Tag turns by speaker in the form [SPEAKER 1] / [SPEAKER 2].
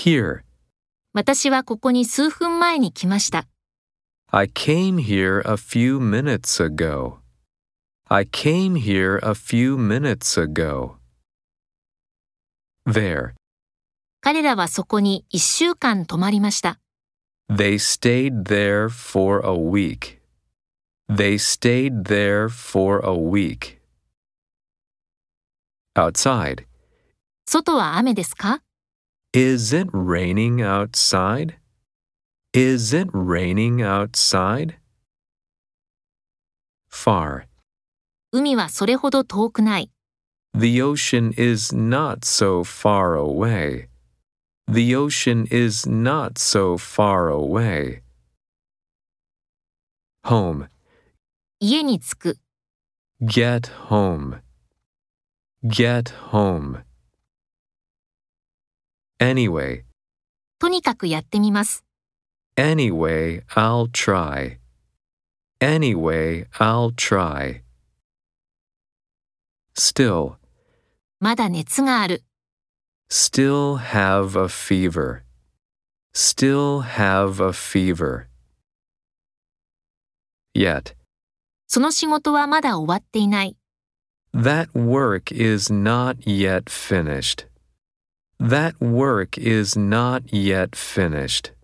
[SPEAKER 1] here.
[SPEAKER 2] 私はここに数分前に来ました。
[SPEAKER 1] I came here a few minutes ago. I came here a few minutes ago. There.
[SPEAKER 2] 彼らはそこに1週間泊まりました。
[SPEAKER 1] They stayed there for a week. They stayed there for a week. Outside.
[SPEAKER 2] 外は雨ですか
[SPEAKER 1] Is it raining outside? Is it raining outside? Far.
[SPEAKER 2] 海はそれほど遠くない。
[SPEAKER 1] The ocean is not so far away. The ocean is not so far away. Home.
[SPEAKER 2] 家に着く。
[SPEAKER 1] Get home. Get home. Anyway,
[SPEAKER 2] とにかくやってみます。
[SPEAKER 1] anyway, I'll try. Anyway, I'll try. Still,
[SPEAKER 2] まだ熱がある。
[SPEAKER 1] still have a fever. Still have a fever. Yet,
[SPEAKER 2] その仕事はまだ終わっていない。
[SPEAKER 1] That work is not yet finished. That work is not yet finished.